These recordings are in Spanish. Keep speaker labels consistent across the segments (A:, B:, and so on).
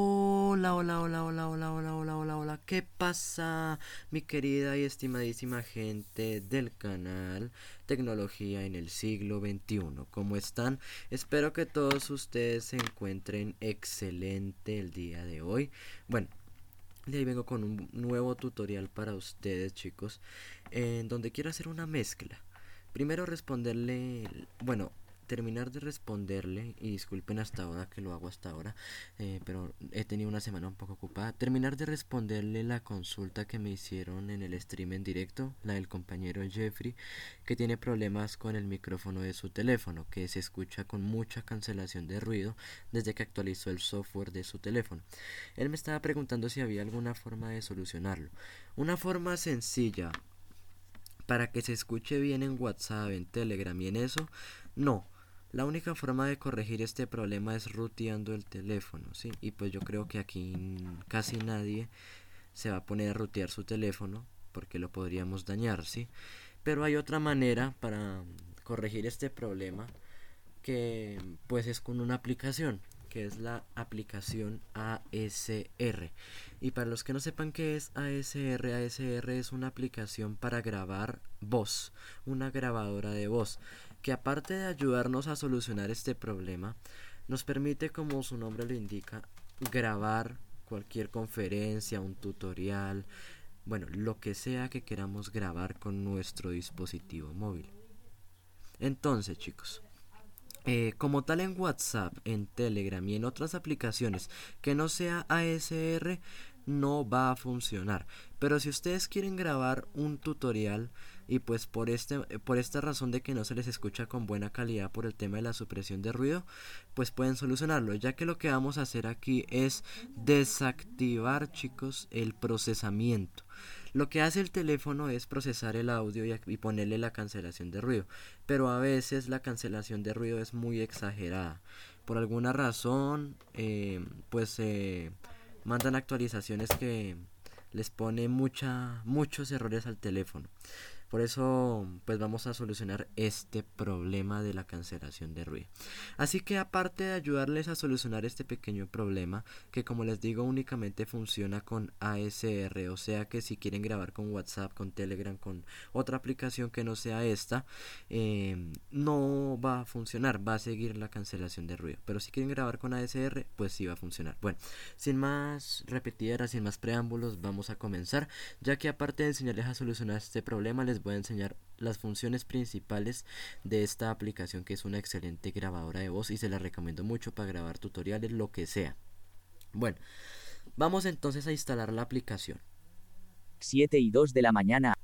A: Hola, hola, hola, hola, hola, hola, hola, hola, hola. ¿Qué pasa, mi querida y estimadísima gente del canal Tecnología en el siglo XXI? ¿Cómo están? Espero que todos ustedes se encuentren excelente el día de hoy. Bueno, de ahí vengo con un nuevo tutorial para ustedes, chicos, en donde quiero hacer una mezcla. Primero responderle, bueno, terminar de responderle, y disculpen hasta ahora que lo hago hasta ahora, eh, pero he tenido una semana un poco ocupada, terminar de responderle la consulta que me hicieron en el stream en directo, la del compañero Jeffrey, que tiene problemas con el micrófono de su teléfono, que se escucha con mucha cancelación de ruido desde que actualizó el software de su teléfono. Él me estaba preguntando si había alguna forma de solucionarlo. Una forma sencilla. Para que se escuche bien en WhatsApp, en Telegram y en eso, no. La única forma de corregir este problema es ruteando el teléfono, ¿sí? Y pues yo creo que aquí n- casi nadie se va a poner a rutear su teléfono porque lo podríamos dañar, ¿sí? Pero hay otra manera para mm, corregir este problema que pues es con una aplicación que es la aplicación ASR. Y para los que no sepan qué es ASR, ASR es una aplicación para grabar voz, una grabadora de voz, que aparte de ayudarnos a solucionar este problema, nos permite, como su nombre lo indica, grabar cualquier conferencia, un tutorial, bueno, lo que sea que queramos grabar con nuestro dispositivo móvil. Entonces, chicos, eh, como tal en WhatsApp, en Telegram y en otras aplicaciones que no sea ASR, no va a funcionar. Pero si ustedes quieren grabar un tutorial y pues por, este, por esta razón de que no se les escucha con buena calidad por el tema de la supresión de ruido, pues pueden solucionarlo. Ya que lo que vamos a hacer aquí es desactivar, chicos, el procesamiento. Lo que hace el teléfono es procesar el audio y, ac- y ponerle la cancelación de ruido, pero a veces la cancelación de ruido es muy exagerada. Por alguna razón, eh, pues eh, mandan actualizaciones que les pone mucha, muchos errores al teléfono. Por eso, pues vamos a solucionar este problema de la cancelación de ruido. Así que aparte de ayudarles a solucionar este pequeño problema, que como les digo únicamente funciona con ASR, o sea que si quieren grabar con WhatsApp, con Telegram, con otra aplicación que no sea esta, eh, no va a funcionar, va a seguir la cancelación de ruido. Pero si quieren grabar con ASR, pues sí va a funcionar. Bueno, sin más repetideras, sin más preámbulos, vamos a comenzar, ya que aparte de enseñarles a solucionar este problema, les voy a enseñar las funciones principales de esta aplicación que es una excelente grabadora de voz y se la recomiendo mucho para grabar tutoriales, lo que sea. Bueno, vamos entonces a instalar la aplicación.
B: 7 y 2 de la mañana.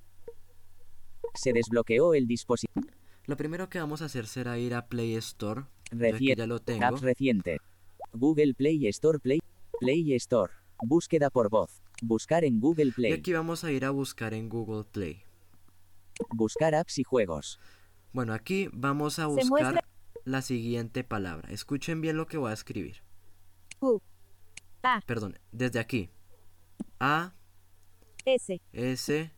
B: Se desbloqueó el dispositivo.
A: Lo primero que vamos a hacer será ir a Play Store. ya que
B: Reciente.
A: ya lo tengo.
B: App reciente. Google Play Store Play. Play Store. Búsqueda por voz. Buscar en Google
A: Y
B: Play.
A: aquí vamos a ir a buscar en Google Play.
B: Buscar apps y juegos.
A: Bueno, aquí vamos a
C: muestra-
A: buscar la siguiente palabra. Escuchen bien lo que voy a escribir.
C: U A
A: Perdón, desde aquí. A,
C: S
A: S,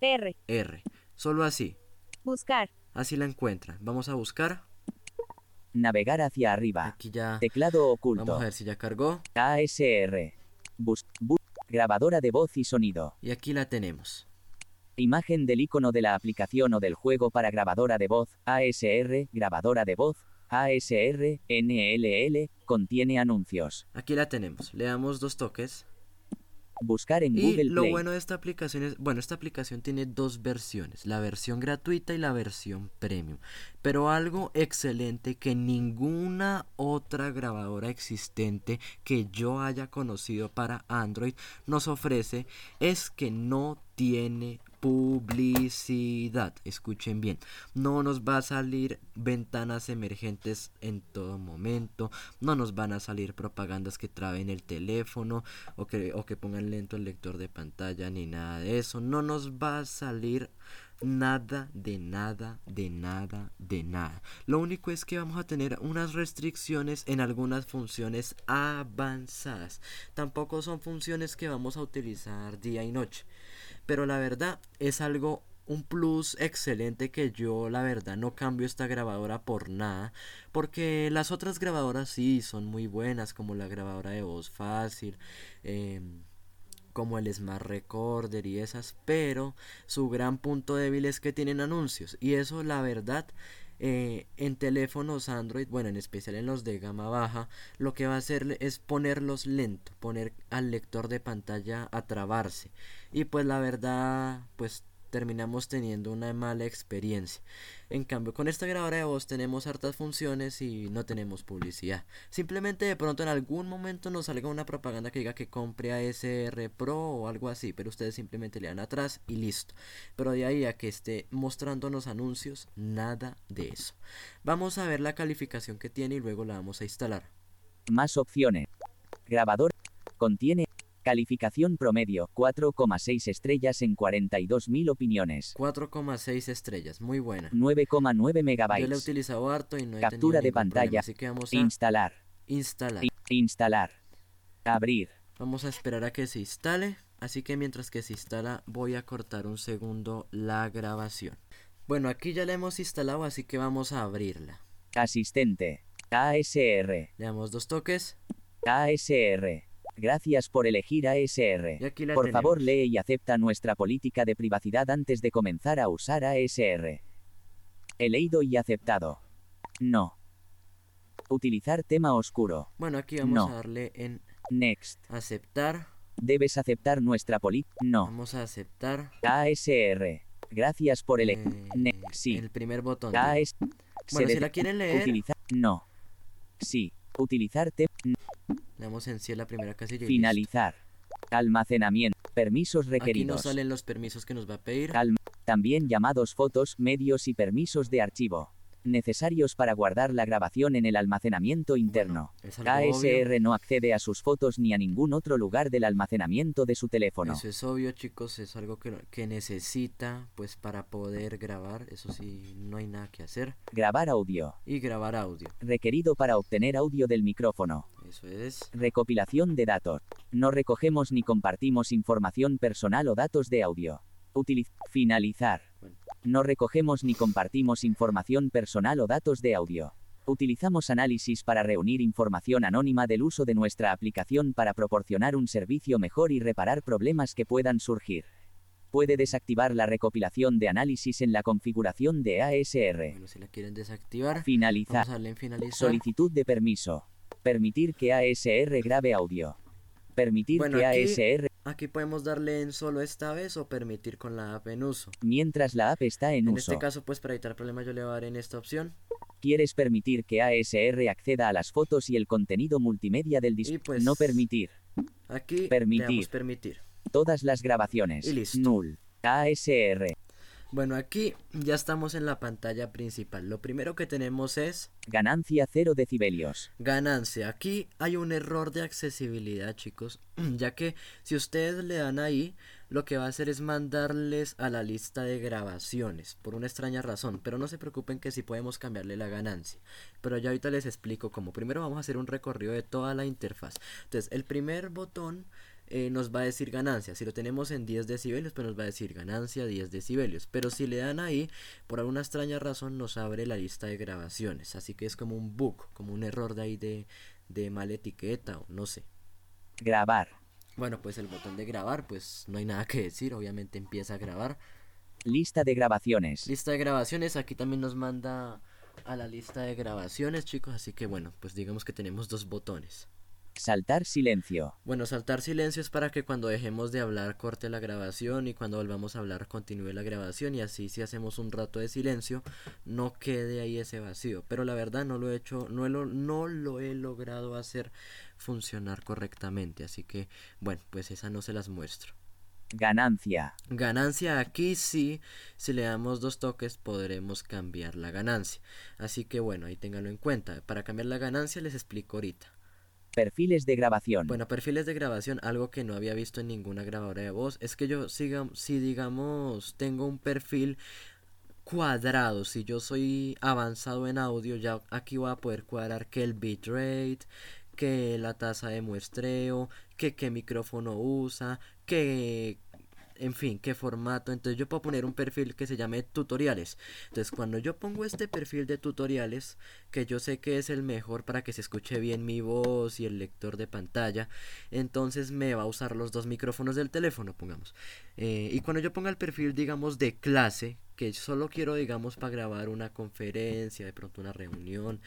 C: R
A: R. Solo así.
C: buscar
A: Así la encuentran. Vamos a buscar.
B: Navegar hacia arriba.
A: Aquí ya. ah,
B: Teclado
A: Vamos
B: oculto.
A: a ver si ya cargó.
B: ASR. Bus, bu- grabadora de voz y sonido.
A: Y aquí la tenemos.
B: Imagen del icono de la aplicación o del juego para grabadora de voz. ASR. Grabadora de voz. ASR. NLL. Contiene anuncios.
A: Aquí la tenemos. Le damos dos toques.
B: Buscar en
A: Y
B: Google
A: lo
B: Play.
A: bueno de esta aplicación es, bueno, esta aplicación tiene dos versiones, la versión gratuita y la versión premium. Pero algo excelente que ninguna otra grabadora existente que yo haya conocido para Android nos ofrece es que no tiene publicidad. Escuchen bien, no nos va a salir ventanas emergentes en todo momento, no nos van a salir propagandas que traben el teléfono o que, o que pongan lento el lector de pantalla ni nada de eso, no nos va a salir nada de nada de nada de nada. Lo único es que vamos a tener unas restricciones en algunas funciones avanzadas. Tampoco son funciones que vamos a utilizar día y noche pero la verdad es algo un plus excelente que yo la verdad no cambio esta grabadora por nada porque las otras grabadoras sí son muy buenas como la grabadora de voz fácil em, como el Smart Recorder y esas, pero su gran punto débil es que tienen anuncios. Y eso, la verdad, eh, en teléfonos Android, bueno, en especial en los de gama baja, lo que va a hacer es ponerlos lento, poner al lector de pantalla a trabarse. Y pues la verdad, pues terminamos teniendo una mala experiencia. En cambio, con esta grabadora de voz tenemos hartas funciones y no tenemos publicidad. Simplemente de pronto en algún momento nos salga una propaganda que diga que compre ASR Pro o algo así, pero ustedes simplemente le dan atrás y listo. Pero de ahí a que esté mostrándonos anuncios, nada de eso. Vamos a ver la calificación que tiene y luego la vamos a instalar.
B: Más opciones. Grabador. Contiene. Calificación promedio 4,6 estrellas en 42.000 opiniones.
A: 4,6 estrellas, muy buena.
B: 9,9
A: Yo la he
B: megabytes.
A: utilizado harto y no he
B: Captura
A: tenido
B: de
A: ningún problema,
B: pantalla.
A: así que vamos a
B: Instalar.
A: instalar.
B: I- Instalar. Abrir.
A: Vamos a esperar a que se instale. Así que mientras que se instala voy a cortar un segundo la grabación. Bueno, aquí ya la hemos instalado, así que vamos a abrirla.
B: Asistente. ASR.
A: Le damos dos toques.
B: ASR. Gracias por elegir ASR.
A: Y aquí la
B: por favor,
A: tenemos.
B: lee y acepta nuestra política de privacidad antes de comenzar a usar ASR. He leído y aceptado. No. Utilizar tema oscuro.
A: Bueno, aquí vamos
B: No.
A: a darle en
B: Next.
A: aceptar.
B: Debes aceptar nuestra política. No.
A: Vamos a aceptar
B: ASR. Gracias por elegir.
A: eh,
B: Next. Sí.
A: el primer botón.
B: AS.
A: Bueno, si
B: CDT.
A: la quieren leer,
B: Utilizar. No. Sí. Utilizar tema.
A: le damos en sí a la primera casilla. y
B: Finalizar. Almacenamiento. Permisos
A: listo. Aquí
B: requeridos.
A: nos salen los permisos que nos va a pedir.
B: Al- también llamados fotos, medios y permisos de archivo. Necesarios para guardar la grabación en el almacenamiento interno.
A: Es algo obvio.
B: ASR no accede a sus fotos ni a ningún otro lugar del almacenamiento de su teléfono.
A: Eso es obvio, chicos, es algo que, que necesita pues para poder grabar, eso sí, no hay nada que hacer.
B: Grabar audio.
A: Y grabar audio,
B: Requerido para obtener audio del micrófono.
A: eso es.
B: Recopilación de datos. No recogemos ni compartimos información personal o datos de audio. Utiliz- Finalizar.
A: Bueno.
B: No recogemos ni compartimos información personal o datos de audio. Utilizamos análisis para reunir información anónima del uso de nuestra aplicación para proporcionar un servicio mejor y reparar problemas que puedan surgir. Puede desactivar la recopilación de análisis en la configuración de ASR.
A: Bueno, si la quieren desactivar,
B: Eh. Finalizar.
A: vamos a darle en finalizar.
B: Solicitud de permiso. Permitir que ASR grabe audio. Permitir
A: Bueno,
B: que
A: aquí-
B: ASR
A: Aquí podemos darle en solo esta vez o permitir con la app en uso.
B: mientras la app está en,
A: En
B: uso.
A: este caso, pues para evitar problemas yo le voy a dar en esta opción.
B: Quieres permitir que ASR acceda a las fotos y el contenido multimedia del
A: Y,
B: dispositivo.
A: pues,
B: No permitir.
A: Aquí
B: Permitir.
A: le damos permitir.
B: Todas las grabaciones.
A: Y listo.
B: Null. ASR.
A: Bueno, aquí ya estamos en la pantalla principal. Lo primero que tenemos es
B: Ganancia 0 decibelios.
A: Ganancia. Aquí hay un error de accesibilidad, chicos, ya que si ustedes le dan ahí, lo que va a hacer es mandarles a la lista de grabaciones, por una extraña razón, pero no se preocupen que si podemos cambiarle la ganancia. Pero ya ahorita les explico cómo. Primero vamos a hacer un recorrido de toda la interfaz. Entonces, el primer botón eh, nos va a decir ganancia. Si lo tenemos en 10 decibelios, pues nos va a decir ganancia 10 decibelios. Pero si le dan ahí, por alguna extraña razón nos abre la lista de grabaciones. Así que es como un bug, como un error de ahí de, de mala etiqueta o no sé.
B: Grabar.
A: Bueno, pues el botón de grabar, pues no hay nada que decir. Obviamente empieza a grabar.
B: Lista de grabaciones.
A: Lista de grabaciones, aquí también nos manda a la lista de grabaciones, chicos. Así que bueno, pues digamos que tenemos dos botones.
B: Saltar silencio.
A: Bueno, saltar silencio es para que cuando dejemos de hablar corte la grabación y cuando volvamos a hablar continúe la grabación y así si hacemos un rato de silencio no quede ahí ese vacío. Pero la verdad no lo he hecho, no lo, no lo he logrado hacer funcionar correctamente. Así que bueno, pues esa no se las muestro.
B: Ganancia.
A: Ganancia aquí sí, si le damos dos toques podremos cambiar la ganancia. Así que bueno, ahí ténganlo en cuenta. Para cambiar la ganancia les explico ahorita.
B: Perfiles de grabación.
A: Bueno, perfiles de grabación, algo que no había visto en ninguna grabadora de voz, es que yo siga, si digamos tengo un perfil cuadrado, si yo soy avanzado en audio, ya aquí voy a poder cuadrar que el bitrate, que la tasa de muestreo, que qué micrófono usa, que en fin, qué formato. Entonces yo puedo poner un perfil que se llame tutoriales. Entonces cuando yo pongo este perfil de tutoriales, que yo sé que es el mejor para que se escuche bien mi voz y el lector de pantalla, entonces me va a usar los dos micrófonos del teléfono, pongamos. Eh, y cuando yo ponga el perfil, digamos, de clase, que solo quiero, digamos, para grabar una conferencia, de pronto una reunión,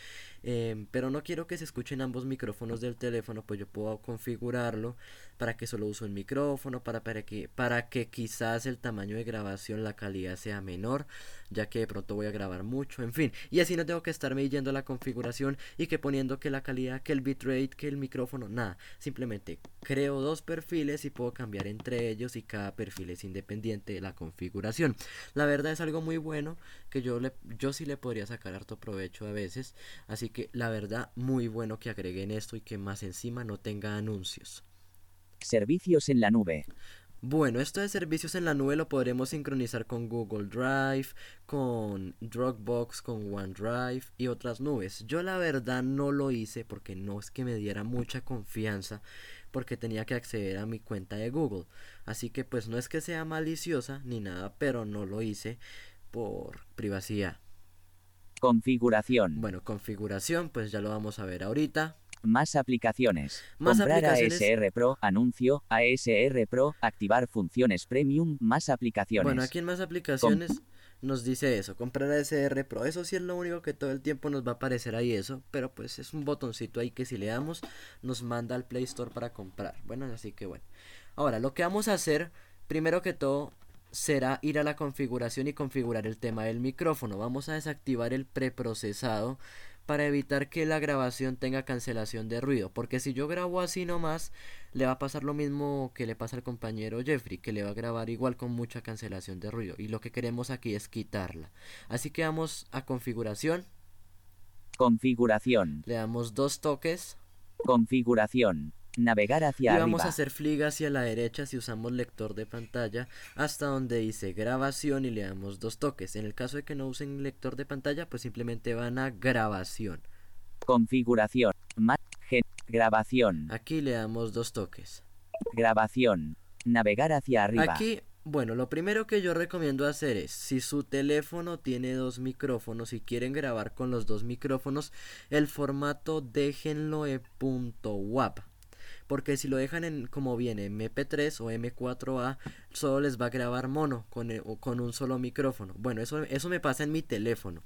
A: eh, pero no quiero que se escuchen ambos micrófonos del teléfono, pues yo puedo configurarlo para que solo uso el micrófono, para, para, que, para que quizás el tamaño de grabación, la calidad sea menor, ya que de pronto voy a grabar mucho, en fin, y así no tengo que estarme yendo a la configuración y que poniendo que la calidad, que el bitrate, que el micrófono, nada, simplemente creo dos perfiles y puedo cambiar entre ellos y cada perfil es independiente de la configuración. La verdad es algo muy bueno que yo le yo sí le podría sacar harto provecho a veces, así que la verdad muy bueno que agreguen esto y que más encima no tenga anuncios.
B: Servicios en la nube.
A: Bueno, esto de servicios en la nube lo podremos sincronizar con Google Drive, con Dropbox, con OneDrive y otras nubes. Yo la verdad no lo hice porque no es que me diera mucha confianza porque tenía que acceder a mi cuenta de Google. Así que pues no es que sea maliciosa ni nada, pero no lo hice por privacidad.
B: Configuración.
A: Bueno, configuración, pues ya lo vamos a ver ahorita.
B: Más aplicaciones.
A: Más
B: Comprar
A: aplicaciones.
B: ASR Pro, anuncio, ASR Pro, activar funciones premium, más aplicaciones.
A: Bueno, aquí en más aplicaciones nos dice eso, comprar ASR Pro. Eso sí es lo único que todo el tiempo nos va a aparecer ahí eso, pero pues es un botoncito ahí que si le damos nos manda al Play Store para comprar. Bueno, así que bueno. Ahora, lo que vamos a hacer, primero que todo, será ir a la configuración y configurar el tema del micrófono. Vamos a desactivar el preprocesado para evitar que la grabación tenga cancelación de ruido, porque si yo grabo así nomás, le va a pasar lo mismo que le pasa al compañero Jeffrey, que le va a grabar igual con mucha cancelación de ruido, y lo que queremos aquí es quitarla. Así que vamos a configuración,
B: Configuración.
A: le damos dos toques,
B: Configuración. Navegar hacia
A: y vamos
B: arriba.
A: a hacer flick hacia la derecha si usamos lector de pantalla hasta donde dice grabación y le damos dos toques. En el caso de que no usen lector de pantalla, pues simplemente van a grabación.
B: Configuración. Más. Grabación.
A: Aquí le damos dos toques.
B: Grabación. Navegar hacia arriba.
A: Aquí, bueno, lo primero que yo recomiendo hacer es, si su teléfono tiene dos micrófonos y quieren grabar con los dos micrófonos, el formato déjenlo en .wap. Porque si lo dejan en como viene MP3 o M4A, solo les va a grabar mono con, e- o con un solo micrófono. Bueno, eso, eso me pasa en mi teléfono,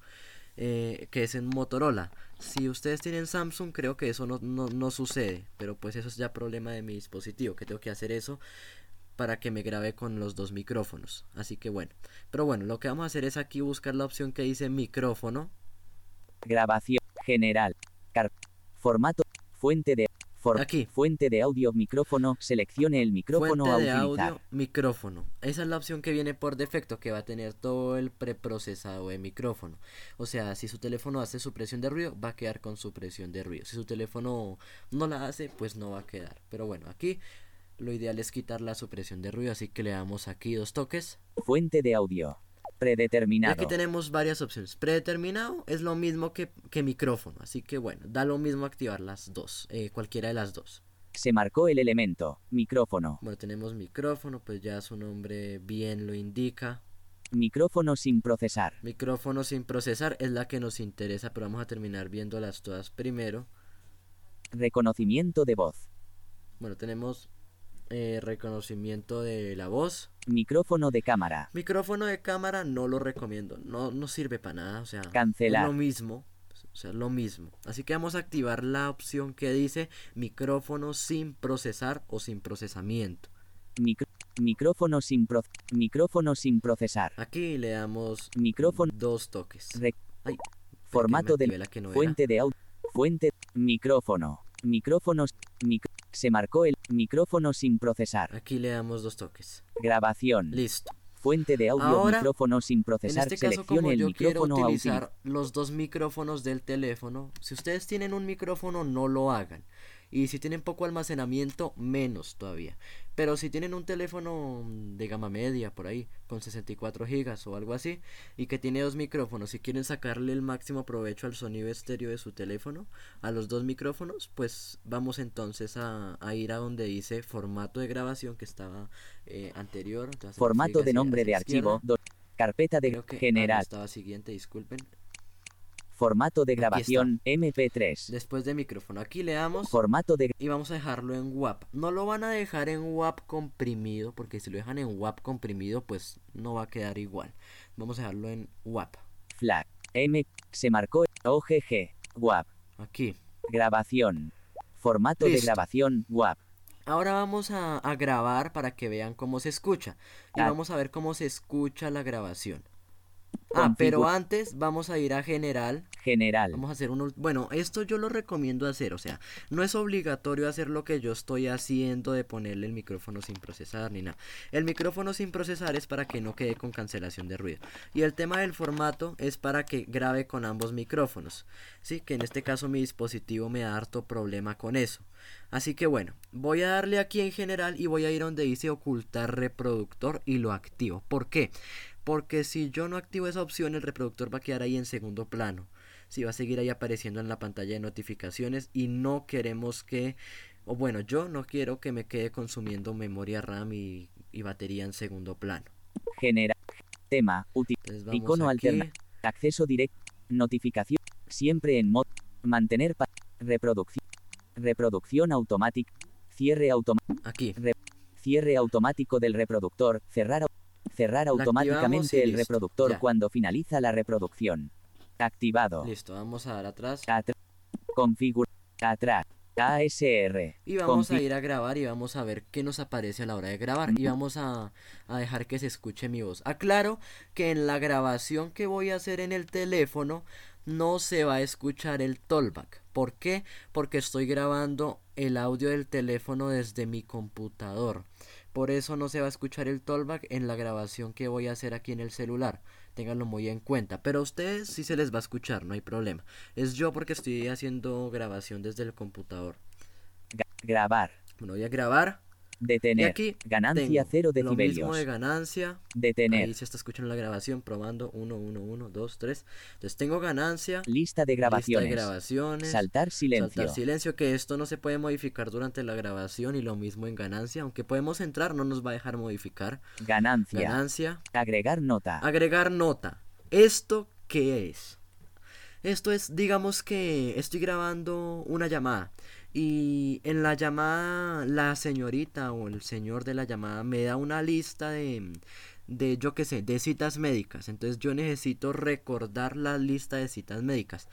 A: eh, que es en Motorola. Si ustedes tienen Samsung, creo que eso no, no, no sucede. Pero pues eso es ya problema de mi dispositivo, que tengo que hacer eso para que me grabe con los dos micrófonos. Así que bueno. Pero bueno, lo que vamos a hacer es aquí buscar la opción que dice micrófono.
B: Grabación. General. Car- Formato. Fuente de. for-
A: Aquí.
B: Fuente de audio. Micrófono. Seleccione el micrófono
A: fuente de
B: a utilizar.
A: audio, micrófono. Esa es la opción que viene por defecto, que va a tener todo el preprocesado de micrófono. O sea, si su teléfono hace supresión de ruido, va a quedar con supresión de ruido. Si su teléfono no la hace, pues no va a quedar. Pero bueno, aquí lo ideal es quitar la supresión de ruido, así que le damos aquí dos toques.
B: Fuente de audio.
A: Y
B: Predeterminado.
A: aquí tenemos varias opciones. Predeterminado es lo mismo que, que micrófono, así que bueno, da lo mismo activar las dos, eh, cualquiera de las dos.
B: Se marcó el elemento. Micrófono.
A: Bueno, tenemos micrófono, pues ya su nombre bien lo indica.
B: Micrófono sin procesar.
A: Micrófono sin procesar es la que nos interesa, pero vamos a terminar viéndolas todas primero.
B: Reconocimiento de voz.
A: Bueno, tenemos eh, reconocimiento de la voz.
B: Micrófono de cámara.
A: Micrófono de cámara no lo recomiendo, no, no sirve para nada, o sea,
B: Cancelar.
A: es lo mismo, o sea, lo mismo. Así que vamos a activar la opción que dice micrófono sin procesar o sin procesamiento.
B: Micro- micrófono sin pro- micrófono sin procesar.
A: Aquí le damos
B: Micrófono.
A: dos toques.
B: Re-
A: Ay, espera que me
B: formato de
A: activé la que no era.
B: fuente de audio. Fuente. Micrófono. Micrófonos. mic- se marcó el micrófono sin procesar.
A: Aquí le damos dos toques.
B: Grabación.
A: Listo.
B: Fuente de audio.
A: Ahora,
B: micrófono sin procesar.
A: en este caso,
B: Seleccione
A: como
B: el
A: yo quiero
B: micrófono a
A: utilizar los dos micrófonos del teléfono, si ustedes tienen un micrófono, no lo hagan. Y si tienen poco almacenamiento, menos todavía. Pero si tienen un teléfono mm, de gama media por ahí, con 64 gigas o algo así, y que tiene dos micrófonos, y quieren sacarle el máximo provecho al sonido estéreo de su teléfono, a los dos micrófonos, pues vamos entonces a, a ir a donde dice formato de grabación que estaba eh, anterior. entonces hacia-
B: Formato de
A: hacia-
B: nombre
A: hacia
B: de
A: la
B: archivo.
A: izquierda.
B: dos- Carpeta de
A: Creo que- ah, no,
B: general.
A: estaba siguiente, disculpen.
B: Formato de
A: Aquí está.
B: grabación MP3.
A: Después de micrófono, aquí le damos
B: Formato de
A: y vamos a dejarlo en WAP. No lo van a dejar en WAP comprimido, porque si lo dejan en WAP comprimido, pues no va a quedar igual. Vamos a dejarlo en WAP.
B: flag. M. Se marcó OGG. WAP.
A: Aquí.
B: Grabación. Formato de
A: Listo.
B: grabación WAP.
A: Ahora vamos a, a grabar para que vean cómo se escucha. Y
B: Ah.
A: vamos a ver cómo se escucha la grabación. Ah, pero
B: Configura-
A: antes vamos a ir a general
B: General.
A: Vamos a hacer un... ul- Bueno, esto yo lo recomiendo hacer, o sea, no es obligatorio hacer lo que yo estoy haciendo de ponerle el micrófono sin procesar ni nada. El micrófono sin procesar es para que no quede con cancelación de ruido. Y el tema del formato es para que grabe con ambos micrófonos. Sí, que en este caso mi dispositivo me da harto problema con eso. Así que bueno, voy a darle aquí en general y voy a ir donde dice ocultar reproductor y lo activo. ¿Por qué? Porque si yo no activo esa opción, el reproductor va a quedar ahí en segundo plano. Si va a seguir ahí apareciendo en la pantalla de notificaciones y no queremos que, o bueno, yo no quiero que me quede consumiendo memoria RAM y, y batería en segundo plano.
B: General. Tema. Útil.
A: Entonces vamos
B: Icono
A: aquí.
B: alternativo. Acceso directo. Notificación. Siempre en modo. Mantener. pa- Reproducción. Reproducción automática. Cierre automático.
A: Aquí.
B: Cierre automático del reproductor. Cerrar. au- Cerrar
A: activamos
B: automáticamente
A: y
B: el
A: listo,
B: reproductor
A: ya.
B: cuando finaliza la reproducción. Activado.
A: Listo, vamos a dar atrás.
B: Atra- Configura. Atrás. ASR.
A: Y vamos a
B: Confi-
A: ir a grabar y vamos a ver qué nos aparece a la hora de grabar. Y vamos a, a dejar que se escuche mi voz. Aclaro que en la grabación que voy a hacer en el teléfono no se va a escuchar el tollback. ¿Por qué? Porque estoy grabando el audio del teléfono desde mi computador. Por eso no se va a escuchar el tollback en la grabación que voy a hacer aquí en el celular. Ténganlo muy en cuenta. Pero a ustedes sí se les va a escuchar, no hay problema. Es yo porque estoy haciendo grabación desde el computador.
B: Ga- grabar.
A: Bueno, voy a grabar. Y
B: Detener.
A: aquí
B: Ganancia
A: tengo
B: cero
A: lo mismo
B: decibelios.
A: de ganancia.
B: Detener.
A: Ahí se está escuchando la grabación, probando 1, 1, 1, 2, 3. Entonces tengo ganancia,
B: Lista de
A: lista de
B: grabaciones.
A: grabaciones,
B: Saltar silencio.
A: saltar silencio, que esto no se puede modificar durante la grabación y lo mismo en ganancia, aunque podemos entrar, no nos va a dejar modificar.
B: Ganancia.
A: Ganancia,
B: Agregar nota.
A: agregar nota. ¿Esto qué es? Esto es, digamos que estoy grabando una llamada y en la llamada la señorita o el señor de la llamada me da una lista de, de yo qué sé, de citas médicas. Entonces yo necesito recordar la lista de citas médicas.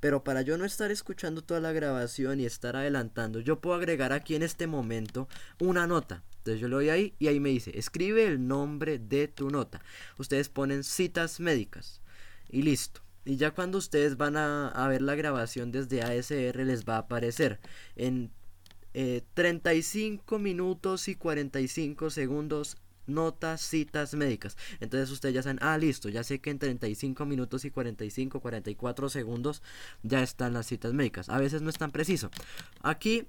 A: Pero para yo no estar escuchando toda la grabación y estar adelantando, yo puedo agregar aquí en este momento una nota. Entonces yo le doy ahí y ahí me dice, escribe el nombre de tu nota. Ustedes ponen citas médicas y listo. Y ya cuando ustedes van a, a ver la grabación desde ASR les va a aparecer en eh, 35 minutos y 45 segundos notas, citas médicas. Entonces ustedes ya saben, ah, listo, ya sé que en 35 minutos y 45, 44 segundos ya están las citas médicas. A veces no es tan preciso. Aquí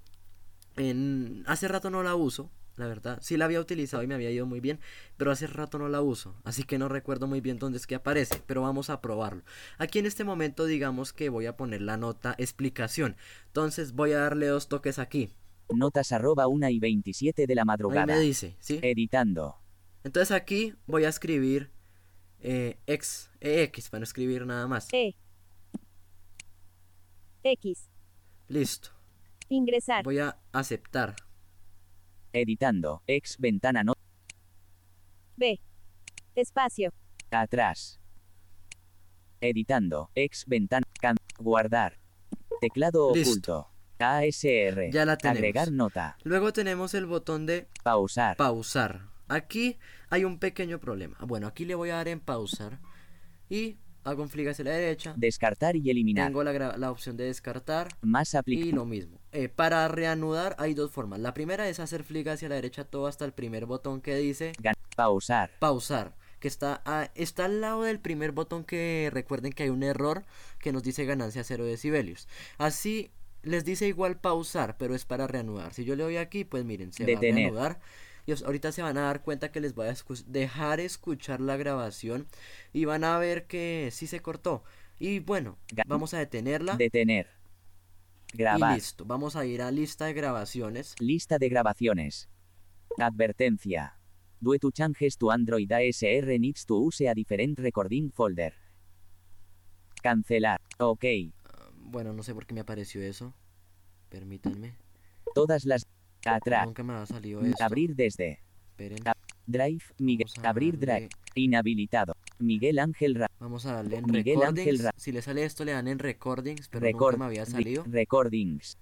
A: en- hace rato no la uso, la verdad. Sí la había utilizado y me había ido muy bien, pero hace rato no la uso. Así que no recuerdo muy bien dónde es que aparece, pero vamos a probarlo. Aquí en este momento digamos que voy a poner la nota explicación. Entonces voy a darle dos toques aquí.
B: Notas arroba 1 y 27 de la
A: Ahí
B: madrugada.
A: me dice, ¿sí?
B: Eh. Editando.
A: Entonces aquí voy a escribir eh, ex, EX, para no escribir nada más.
C: E. X.
A: Listo.
C: Ingresar.
A: Voy a aceptar.
B: Editando. Ex ventana no.
C: B. Espacio.
B: Atrás. Editando. Ex ventana. Can- guardar. Teclado
A: Listo.
B: oculto. ASR.
A: Ya la tenemos.
B: Agregar nota.
A: Luego tenemos el botón de
B: Pausar.
A: pausar. Aquí hay un pequeño problema. Ah, Bueno, aquí le voy a dar en pausar y hago un flick hacia la derecha.
B: descartar y eliminar.
A: Tengo la, gra- la opción de descartar
B: Más
A: y
B: aplicación.
A: lo mismo. Eh, para reanudar hay dos formas. La primera es hacer flick hacia la derecha todo hasta el primer botón que dice
B: Pausar.
A: pausar, que está, a- está al lado del primer botón que recuerden que hay un error que nos dice ganancia 0 decibelios. Así les dice igual pausar, pero es para reanudar. Si yo le doy aquí, pues miren, se
B: Detener.
A: va a reanudar. Y os- ahorita se van a dar cuenta que les voy a escu- dejar escuchar la grabación y van a ver que sí se cortó. Y bueno,
B: Ga-
A: vamos a detenerla
B: Detener.
A: y
B: Grabar.
A: listo. Vamos a ir a lista de grabaciones.
B: Lista de grabaciones. Advertencia. Due to changes to Android ASR needs to use a different recording folder. Cancelar. Ok.
A: Ah, Bueno, no sé por qué me apareció eso. Permítanme.
B: Todas las. Atrás.
A: Nunca me ha salido esto.
B: Abrir desde.
A: Esperen.
B: Drive. Miguel.
A: Vamos a
B: Abrir
A: darle-
B: drive. Inhabilitado. Miguel Ángel Ra.
A: Vamos a darle en
B: Miguel
A: recordings.
B: Ángel Ra-
A: Si le sale esto, le dan en recordings, pero
B: Record-
A: nunca me había
B: di-
A: salido.
B: Recordings.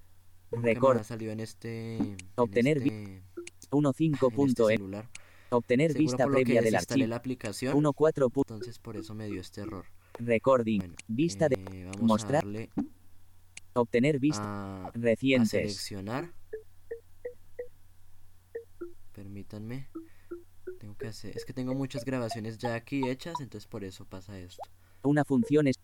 A: Nunca me
B: record-
A: había salido en este. en
B: Obtener vi-
A: este- en este
B: 1.5.e.
A: celular.
B: e. Obtener
A: Seguro
B: vista
A: por lo
B: previa
A: que
B: del
A: desinstalé
B: archivo.
A: la aplicación.
B: 1.4. pu-
A: Entonces por eso me dio este error.
B: Recording.
A: Bueno,
B: Vista de.
A: eh, vamos
B: mostrar
A: a darle
B: Obtener vista.
A: a, a
B: Recientes.
A: seleccionar. Permítanme. Tengo que hacer. Es que tengo muchas grabaciones ya aquí hechas, entonces por eso pasa esto.
B: Una función es.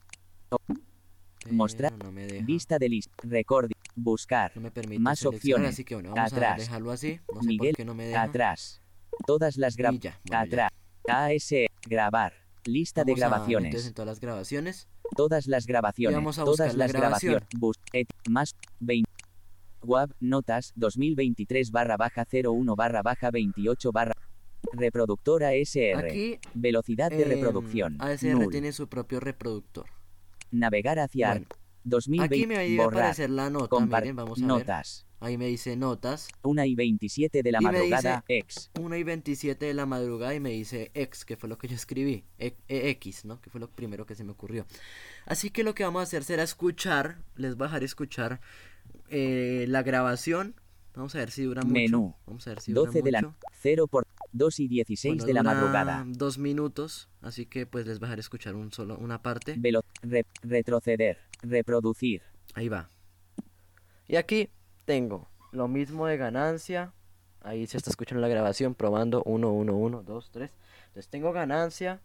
B: Mostrar.
A: Pero No me deja.
B: Vista de list. Recording. Buscar.
A: No me permite
B: Más
A: seleccionar,
B: opciones.
A: así que bueno, vamos a
B: Atrás.
A: dejarlo así. No sé
B: Miguel,
A: por qué no me deja.
B: Atrás. Todas las
A: Y
B: grab.
A: ya, bueno, ya.
B: Atrás. AS. Grabar. Lista de
A: Vamos a- entonces
B: grabaciones.
A: en todas las grabaciones.
B: Todas las grabaciones.
A: Y vamos a
B: todas
A: buscar la
B: las grabaciones. Bus. et- más. 20. Web. Notas. 2023 barra baja 01 barra baja 28 barra. Reproductor ASR.
A: Aquí
B: Velocidad de
A: em,
B: reproducción.
A: ASR
B: null.
A: tiene su propio reproductor.
B: Navegar hacia.
A: Bueno,
B: 2020.
A: aquí me va a llegar a
B: borrar.
A: aparecer la nota.
B: Compar-
A: Miren, vamos a ver.
B: notas.
A: Ahí me dice notas.
B: 1 y 27 de la
A: Y me
B: madrugada. Ex.
A: 1 y 27 de la madrugada y me dice ex, que fue lo que yo escribí, e- EX, ¿no? Que fue lo primero que se me ocurrió. Así que lo que vamos a hacer será escuchar, les voy a dejar escuchar eh, la grabación. Vamos a ver si dura mucho.
B: Menú.
A: Vamos a ver si dura
B: 12 de la.
A: mucho.
B: 0 por 2 y 16
A: Bueno,
B: de la
A: dura
B: madrugada.
A: Dos minutos, así que pues les voy a dejar escuchar un solo, una parte.
B: Velo- re- retroceder. Reproducir.
A: Ahí va. Y aquí tengo lo mismo de ganancia. Ahí se está escuchando la grabación, probando 1, 1, 1, 2, 3. Entonces tengo ganancia.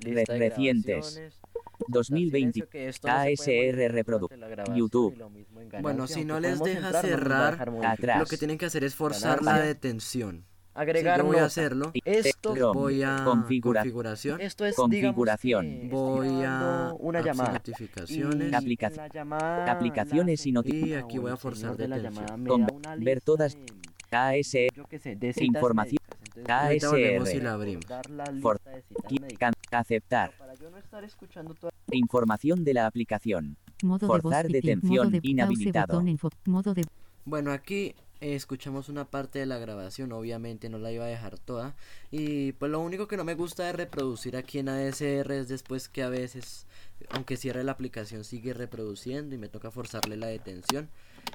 A: Lista de
B: recientes.
A: grabaciones, silencio,
B: 2020.
A: que esto no se puede
B: ASR
A: modificar
B: reproduc-
A: durante la grabación
B: YouTube.
A: y lo mismo en
D: Bueno,
A: ganancia,
D: si no
A: aunque
D: les
A: podemos entrar,
D: deja
A: no nos va a
D: cerrar,
A: dejar modificar.
B: atrás.
A: lo que tienen que hacer es forzar la
B: Ganancia.
A: detención.
D: agregar
A: Sí, yo voy a
D: nota.
A: hacerlo.
B: Y-
D: Esto,
B: Chrome.
A: Voy a
B: Configura-
A: configuración.
D: esto es
B: Configuración.
D: digamos que
A: Voy
D: estoy
A: a
D: dando una
A: apps y
D: llamada.
A: notificaciones.
D: Y
B: Aplica-
D: la llamada
B: Aplicaciones
D: la
B: y noti-
D: señora
A: Y aquí voy a
D: o el señor
A: forzar
D: de la
A: detención.
D: llamada me
B: Con-
D: da una
B: ver
D: lista
B: todas-
D: de,
B: ASR.
D: yo qué sé, de citas
B: Información.
D: médicas. Entonces,
A: Ahorita volvemos y
B: ASR.
A: la abrimos.
D: dar la
B: For-
D: lista de citas
B: qui-
D: médicas.
B: can- Aceptar.
D: Para yo no estar escuchando toda
B: Información de la aplicación.
E: Modo
B: Forzar
E: de voz, edit,
B: detención,
E: modo de
B: inhabilitado.
E: Pause, botón, info, modo de
A: Bueno, aquí eh, escuchamos una parte de la grabación, obviamente no la iba a dejar toda. Y pues lo único que no me gusta de reproducir aquí en ASR es después que a veces, aunque cierre la aplicación, sigue reproduciendo y me toca forzarle la detención.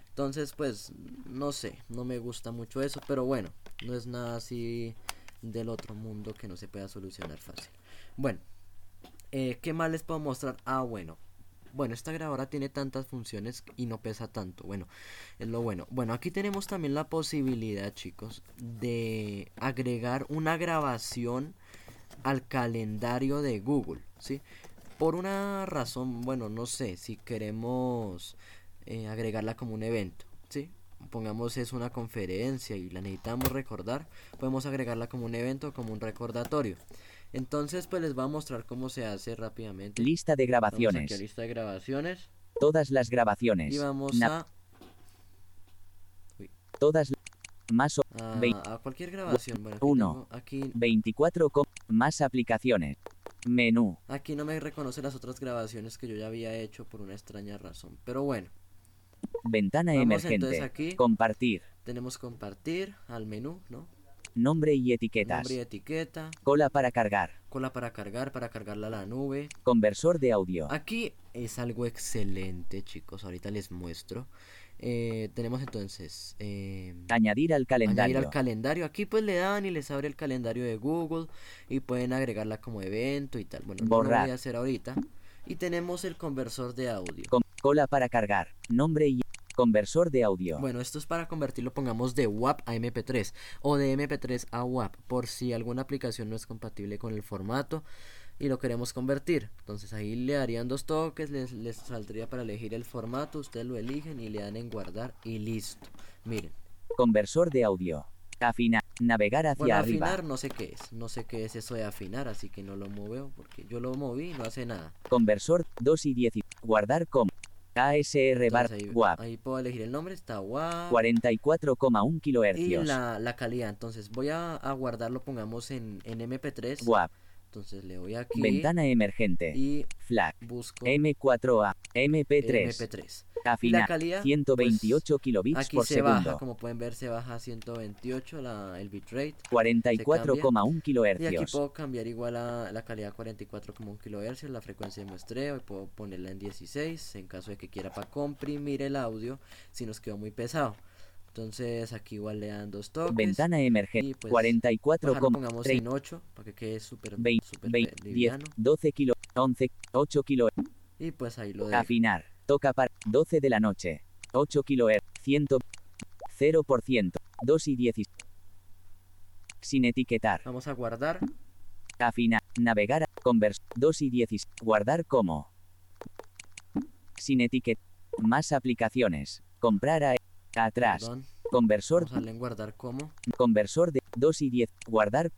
A: Entonces, pues, no sé, no me gusta mucho eso, pero bueno, no es nada así del otro mundo que no se pueda solucionar fácil. Bueno, eh, ¿qué más les puedo mostrar? Ah, bueno. Bueno, esta grabadora tiene tantas funciones y no pesa tanto. Bueno, es lo bueno. Bueno, aquí tenemos también la posibilidad, chicos, de agregar una grabación al calendario de Google, ¿sí? Por una razón, bueno, no sé, si queremos eh, agregarla como un evento, ¿sí? Pongamos es una conferencia y la necesitamos recordar, podemos agregarla como un evento, como un recordatorio. Entonces, pues les voy a mostrar cómo se hace rápidamente.
B: Lista de
A: Vamos aquí a
B: grabaciones.
A: lista de grabaciones
B: Todas las grabaciones.
A: y vamos
B: Na-
A: a
B: Todas. Más o-
A: a,
B: Vein-
A: a cualquier grabación. Bueno, aquí,
B: Uno.
A: tengo- aquí,
B: 24. co- Más aplicaciones. Menú.
A: aquí no me reconoce las otras grabaciones que yo ya había hecho por una extraña razón. Pero bueno,
B: Ventana
A: Vamos, entonces, aquí.
B: emergente. Compartir.
A: tenemos compartir al menú, ¿no?
B: Nombre y etiquetas.
A: Nombre y etiqueta,
B: Cola para cargar.
A: cola para cargar, para cargarla a la nube.
B: Conversor de audio.
D: Ah.
A: Aquí es algo excelente, chicos. Ahorita les muestro. Eh, tenemos entonces... eh,
B: Añadir al calendario.
A: Añadir al calendario. Aquí pues le dan y les abre el calendario de Google y pueden agregarla como evento y tal. Bueno, no lo
B: Borrar.
A: voy a hacer ahorita. Y tenemos el conversor de audio.
B: Con- cola para cargar. Nombre y conversor de audio.
A: Bueno, esto es para convertirlo, pongamos, de WAP a MP3 o de MP3 a WAP, por si alguna aplicación no es compatible con el formato.
D: y lo queremos convertir. Entonces ahí le harían dos toques, les, les saldría para elegir el formato, ustedes lo eligen y le dan en guardar y listo. Miren,
B: Conversor de audio. Afinar. Navegar hacia
D: bueno,
B: arriba.
D: afinar no sé qué es, no sé qué es eso de afinar, así que no lo muevo porque yo lo moví y no hace nada.
B: Conversor 2 y 10. y- Guardar como. ASR bar.
D: Entonces, ahí, Ah.
B: WAP.
D: ahí puedo elegir el nombre, está guap.
B: 44,1
D: Y
B: kilohercios.
D: la, la calidad, entonces voy a, a guardarlo, pongamos en, en MP3.
B: WAP.
D: Entonces le doy aquí
B: Ventana emergente.
D: y
B: FLAC.
D: busco
B: M4A. MP3.
D: MP3. Y la
B: Afinar.
D: calidad,
B: 128 kilobits
D: Aquí
B: por
D: se
B: segundo.
D: baja, como pueden ver, se baja a 128 la, el bitrate. se
B: 44,1
D: Y aquí
B: kilohercios.
D: puedo cambiar igual a la calidad a 44 como un kilohercio, la frecuencia de muestreo, y puedo ponerla en 16 en caso de que quiera para comprimir el audio si nos quedó muy pesado. Entonces aquí igual le dan dos toques.
B: Ventana
D: Y,
B: emergente.
D: pues, bajarlo, pongamos
B: 44,3.
D: en 8 para que quede súper
B: 20,
D: súper
B: 20, 10,
D: liviano.
B: 12 kilo, 11, 8 kilo,
D: Y pues ahí lo dejo.
B: afinar, toca para, 12 de la noche, 8 kilo, er, 100, 0%, 2 y 10, sin etiquetar,
D: Vamos a guardar.
B: afinar, navegar, convers, 2 y 10, guardar como, sin etiquetar, más aplicaciones, comprar a, atrás,
D: Perdón.
B: conversor,
D: Vamos a darle en guardar como.
B: conversor de, 2 y 10, guardar,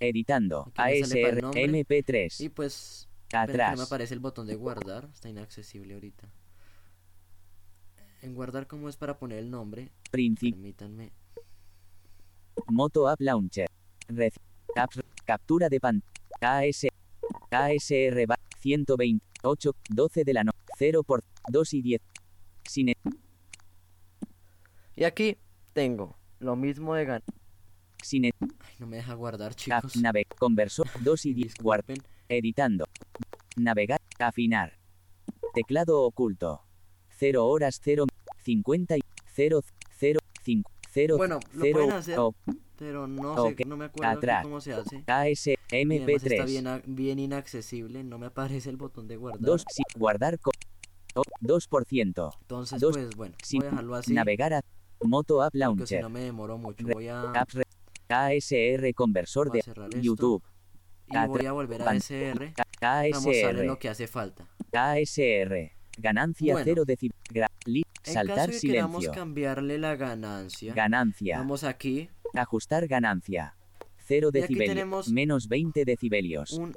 B: editando,
D: Aquí me sale para el
B: ASR,
D: nombre. Y
B: MP3,
D: pues Espera que no me
B: atrás.
D: aparece el botón de guardar, está inaccesible ahorita. En guardar como es para poner el nombre,
B: Principio.
D: permítanme.
B: Moto App Launcher. Red. Apps. Captura de pan. AS. ASR. ba- 120. 8. 12 de la noche. 0 por 2 y 10. Sin. e-
D: Y aquí tengo lo mismo de ganar.
B: Sin. e-
D: No me deja guardar,
B: Cap.
D: chicos.
B: Nave. Conversor. 2 y 10. Guard.
D: Disculpen.
B: Editando. Navegar. Afinar. Teclado oculto. 0 horas 0. 50 y 0. 0. 5. 0.
D: Bueno, lo
B: 0.
D: pueden hacer. Pero no sé,
B: Ok,
D: no me acuerdo aquí
B: atrás.
D: cómo se hace.
B: AS.
D: Y además está
B: MP3.
D: bien, a- bien inaccesible, no me aparece el botón de guardar.
B: 2. si- Guardar. co- o- 2%.
D: Entonces,
B: dos,
D: pues bueno,
B: sí,
D: voy a dejarlo así.
B: Navegar a Moto App
D: Porque si
B: Launcher.
D: no me demoro mucho.
B: Re-
D: Voy a,
B: Apps re- ASR conversor
D: voy
B: de
D: a cerrar esto.
B: YouTube.
D: Y voy a volver a
B: pan-
D: SR. Vamos a mostrarle
B: ASR.
D: lo que hace falta.
B: ASR. Ganancia
D: Bueno.
B: 0 decib. gra- li-
D: En
B: Saltar
D: caso de que queramos
B: silencio.
D: cambiarle la ganancia,
B: Ganancia.
D: vamos aquí
B: Ajustar ganancia. 0
D: Y aquí
B: decibelios.
D: tenemos
B: Menos 20 decibelios.
D: un, un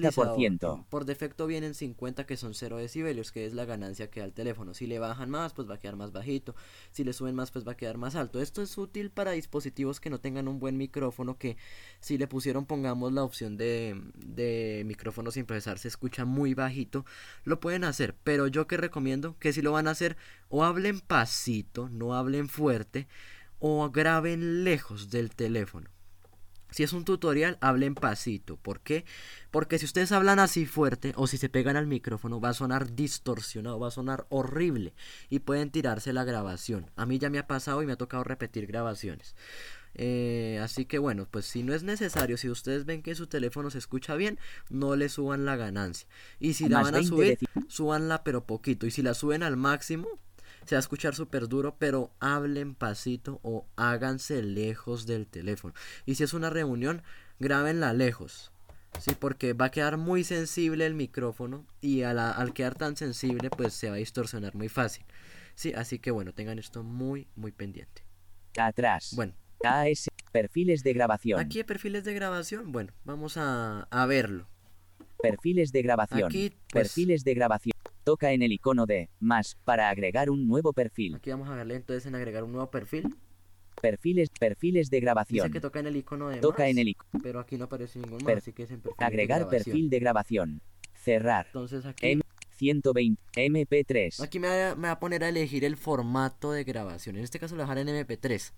B: 50%.
D: deslizador. Por defecto vienen 50 que son 0 decibelios, que es la ganancia que da el teléfono. Si le bajan más, pues va a quedar más bajito. Si le suben más, pues va a quedar más alto. Esto es útil para dispositivos que no tengan un buen micrófono, que si le pusieron, pongamos la opción de, de micrófono sin procesar, se escucha muy bajito. Lo pueden hacer, pero yo que recomiendo que si lo van a hacer, o hablen pasito, no hablen fuerte, o graben lejos del teléfono. Si es un tutorial, hablen pasito. ¿Por qué? Porque si ustedes hablan así fuerte o si se pegan al micrófono, va a sonar distorsionado, va a sonar horrible y pueden tirarse la grabación. A mí ya me ha pasado y me ha tocado repetir grabaciones. Eh, así que bueno, pues si no es necesario, si ustedes ven que su teléfono se escucha bien, no le suban la ganancia. Y si la
B: Más
D: van a
B: 20
D: subir,
B: deci-
D: súbanla pero poquito. Y si la suben al máximo, se va a escuchar súper duro, pero hablen pasito o háganse lejos del teléfono. Y si es una reunión, grábenla lejos. Sí, porque va a quedar muy sensible el micrófono y a la- al quedar tan sensible, pues se va a distorsionar muy fácil. Sí, así que bueno, tengan esto muy, muy pendiente.
B: Atrás.
D: Bueno,
B: AS. Perfiles de grabación.
D: aquí de perfiles de grabación, bueno, vamos a, a verlo.
B: Perfiles de grabación.
D: Aquí, pues-
B: Perfiles de grabación. Toca en el icono de más para agregar un nuevo perfil.
D: Aquí vamos a darle entonces en agregar un nuevo perfil.
B: Perfiles, perfiles de
D: Dice
B: grabación.
D: que toca en el icono de
B: Toca
D: más,
B: en el icono.
D: pero aquí no aparece ningún más,
B: Per-
D: así que es en perfil
B: Agregar perfil de grabación. Cerrar.
D: Entonces aquí
B: M 120 MP3.
D: Aquí me va, me va a poner a elegir el formato de grabación. En este caso lo voy a dejar en MP3.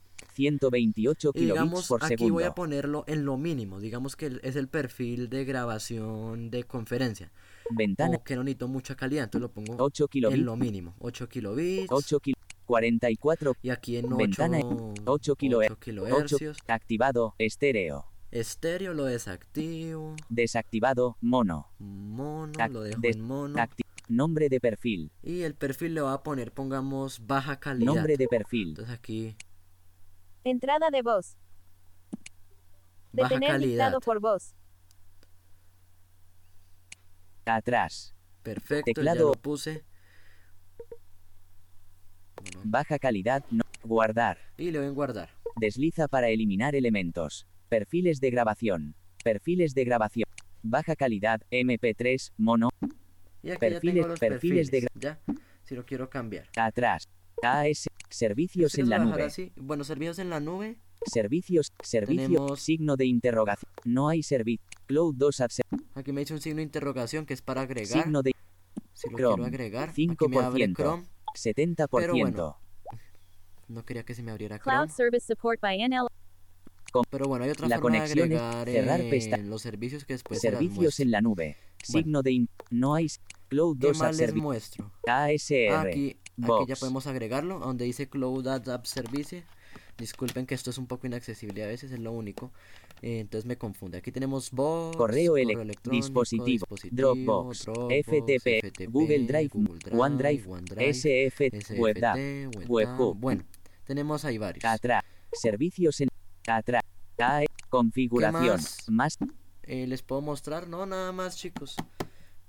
B: 128
D: Y digamos,
B: kilobits por
D: aquí voy a
B: segundo.
D: ponerlo en lo mínimo. Digamos que el- es el perfil de grabación de conferencia.
B: Ventana
D: O que no necesito mucha calidad, entonces lo pongo
B: 8
D: en
B: kilobits.
D: lo mínimo. 8 kilobits.
B: 8 kilo 44
D: Y aquí en 8,
B: Ventana, 8 kilo-
D: 8
B: 8
D: kilohercios.
B: activado estéreo.
D: Estéreo lo desactivo.
B: Desactivado mono.
D: Mono,
B: Ac-
D: lo dejo
B: des-
D: en mono.
B: Acti- nombre de perfil.
D: Y el perfil le voy a poner, pongamos, baja calidad.
B: Nombre de perfil.
D: Entonces aquí,
C: Entrada de voz.
D: baja
C: Detener
D: calidad.
C: dictado por voz.
B: Atrás.
D: Perfecto, ya
B: Teclado.
D: lo puse. Bueno,
B: Baja calidad. No. Guardar.
D: y le voy a guardar.
B: Desliza para eliminar elementos. Perfiles de grabación. Perfiles de grabación. Baja calidad. MP3. Mono.
D: Y aquí ya
B: Perfiles-
D: tengo los perfiles.
B: perfiles de
D: Ya, si lo quiero cambiar.
B: Atrás. AS. Servicios
D: Este
B: en
D: lo
B: la
D: voy a dejar
B: nube.
D: así. Bueno, servicios en la nube.
B: Servicios. Servicio.
D: Tenemos-
B: Signo de interrogación. No hay servicio. Cloud 2 Apps.
D: Aquí me dice un signo de interrogación que es para agregar.
B: Signo de
D: si lo quiero
B: Chrome,
D: agregar. Aquí me abre
B: 5%.
D: Chrome.
B: 70%.
D: bueno. No quería que se me abriera Chrome.
C: Cloud service support by NL.
D: Pero bueno, hay otra
B: La
D: forma de
B: conexión es
D: agregar
B: cerrar
D: eh,
B: pesta-
D: los servicios que después se las
B: Servicios
D: muestro.
B: en la nube. Signo de in- No hay s- Cloud
D: ¿Qué
B: 2
D: más
B: Apps.
D: les
B: Servi-
D: muestro? Ah,
B: ASR.
D: aquí, aquí ya
B: Box.
D: podemos agregarlo, donde dice Cloud Ads App Service. Disculpen que esto es un poco inaccesible a veces, es lo único. Eh, entonces me confunde. Aquí tenemos Box,
B: Correo ele- dispositivo, Dropbox, FTP, Google Drive, OneDrive, SF,
D: SFT,
B: Web App,
D: WebDAV.
B: Webhook.
D: Bueno, tenemos ahí varios.
B: Atrás. Servicios en. Atrás. AE. Configuración.
D: más?
B: Más.
D: Eh, Les puedo mostrar, no, nada más, chicos.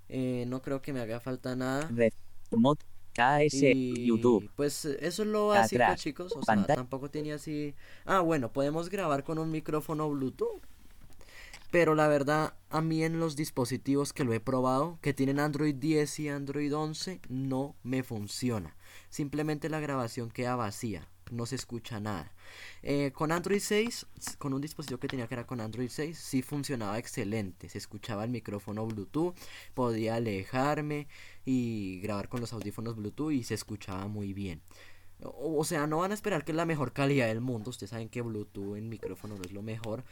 D: Eh, no creo que me haga falta nada.
B: Red. Mod. AS.
D: Y,
B: YouTube.
D: Pues eh, eso es lo básico,
B: Atrás,
D: chicos. O sea,
B: pantalla.
D: tampoco tenía así. Ah, bueno, podemos grabar con un micrófono Bluetooth. Pero la verdad, a mí en los dispositivos que lo he probado, que tienen Android 10 y Android 11, no me funciona. Simplemente la grabación queda vacía, no se escucha nada. Eh, con Android 6, s- con un dispositivo que tenía que era con Android 6, sí funcionaba excelente. Se escuchaba el micrófono Bluetooth, podía alejarme y grabar con los audífonos Bluetooth y se escuchaba muy bien. O, o sea, no van a esperar que es la mejor calidad del mundo. Ustedes saben que Bluetooth en micrófono no es lo mejor,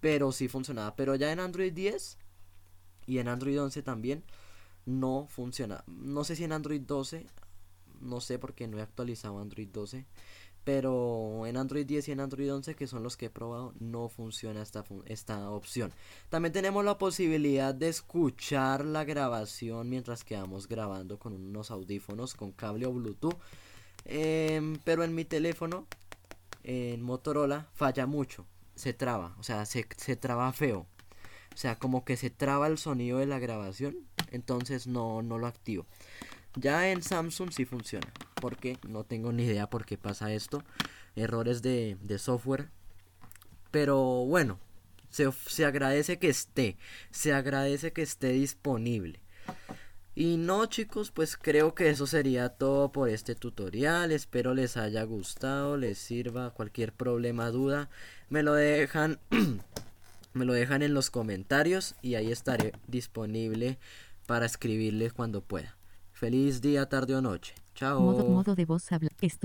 D: pero sí funcionaba. Pero ya en Android 10 y en Android 11 también no funciona. No sé si en Android 12, no sé porque no he actualizado Android 12. Pero en Android 10 y en Android 11, que son los que he probado, no funciona esta, fun- esta opción. También tenemos la posibilidad de escuchar la grabación mientras quedamos grabando con unos audífonos con cable o Bluetooth. Em, pero en mi teléfono, en Motorola, falla mucho. Se traba, o sea, se, se traba feo. O sea, como que se traba el sonido de la grabación. Entonces no, no lo activo. Ya en Samsung sí funciona. Porque no tengo ni idea por qué pasa esto. Errores de, de software. Pero bueno, se, of- se agradece que esté. Se agradece que esté disponible. Y no chicos, pues creo que eso sería todo por este tutorial. Espero les haya gustado, les sirva cualquier problema, duda. Me lo dejan me lo dejan en los comentarios y ahí estaré disponible para escribirles cuando pueda. Feliz día, tarde o noche. Chao.
F: Modo, modo de voz habla. Stop.